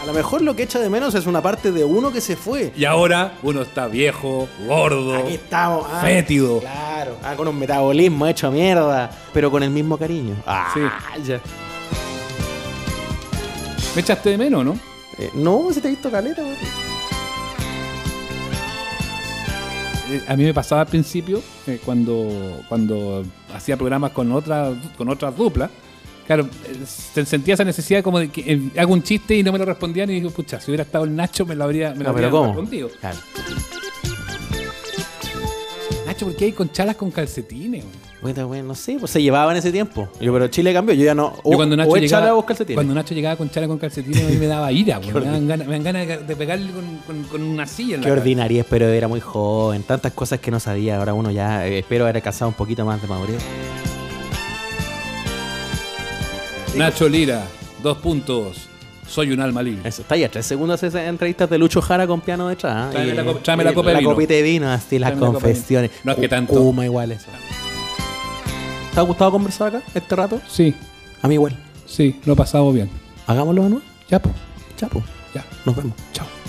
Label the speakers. Speaker 1: A lo mejor lo que echa de menos es una parte de uno que se fue.
Speaker 2: Y ahora uno está viejo, gordo.
Speaker 1: Aquí estamos. ah,
Speaker 2: Fétido.
Speaker 1: Claro. Ah, con un metabolismo hecho mierda. Pero con el mismo cariño. Ah,
Speaker 2: Sí.
Speaker 1: ya.
Speaker 2: Me echaste de menos, ¿no?
Speaker 1: Eh, no, si te he visto caleta, güey.
Speaker 2: Eh, A mí me pasaba al principio, eh, cuando, cuando hacía programas con otras con otras duplas, claro, eh, se- sentía esa necesidad como de que eh, hago un chiste y no me lo respondían y digo, pucha, si hubiera estado el Nacho me lo habría, me lo
Speaker 1: No, pero
Speaker 2: habría
Speaker 1: ¿cómo?
Speaker 2: respondido.
Speaker 1: Claro.
Speaker 2: Nacho, ¿por qué hay conchalas con calcetines? güey?
Speaker 1: Bueno, bueno, no sé, pues se llevaban ese tiempo. Yo, pero Chile cambió, yo ya no. O,
Speaker 2: Yo cuando Nacho
Speaker 1: o échala
Speaker 2: llegaba,
Speaker 1: a buscar calcetines.
Speaker 2: Cuando Nacho llegaba con chala con calcetines, a mí me daba ira, güey. me, daban ganas, me dan ganas de pegarle con, con- con una silla. En
Speaker 1: Qué
Speaker 2: la cabeza.
Speaker 1: ordinariez, pero era muy joven. Tantas cosas que no sabía. Ahora uno ya, eh, espero haber alcanzado un poquito más de madurez.
Speaker 2: Nacho Lira, dos puntos. Soy un alma libre.
Speaker 1: Eso, está ahí a tres segundos esas entrevistas de Lucho Jara con piano detrás. ¿eh?
Speaker 2: Tráeme
Speaker 1: Y-
Speaker 2: la co- tráeme la copa de vino.
Speaker 1: copita de vino, así las
Speaker 2: Tráeme la copa de
Speaker 1: confesiones.
Speaker 2: vino. No, es que
Speaker 1: Cu-
Speaker 2: tanto.
Speaker 1: Kuma igual eso. ¿Te ha gustado conversar acá este rato?
Speaker 2: Sí,
Speaker 1: A mí igual.
Speaker 2: sí, lo he pasado bien.
Speaker 1: Hagámoslo de nuevo.
Speaker 2: Ya, pues,
Speaker 1: Chapo.
Speaker 2: ya.
Speaker 1: Nos vemos.
Speaker 2: Chao.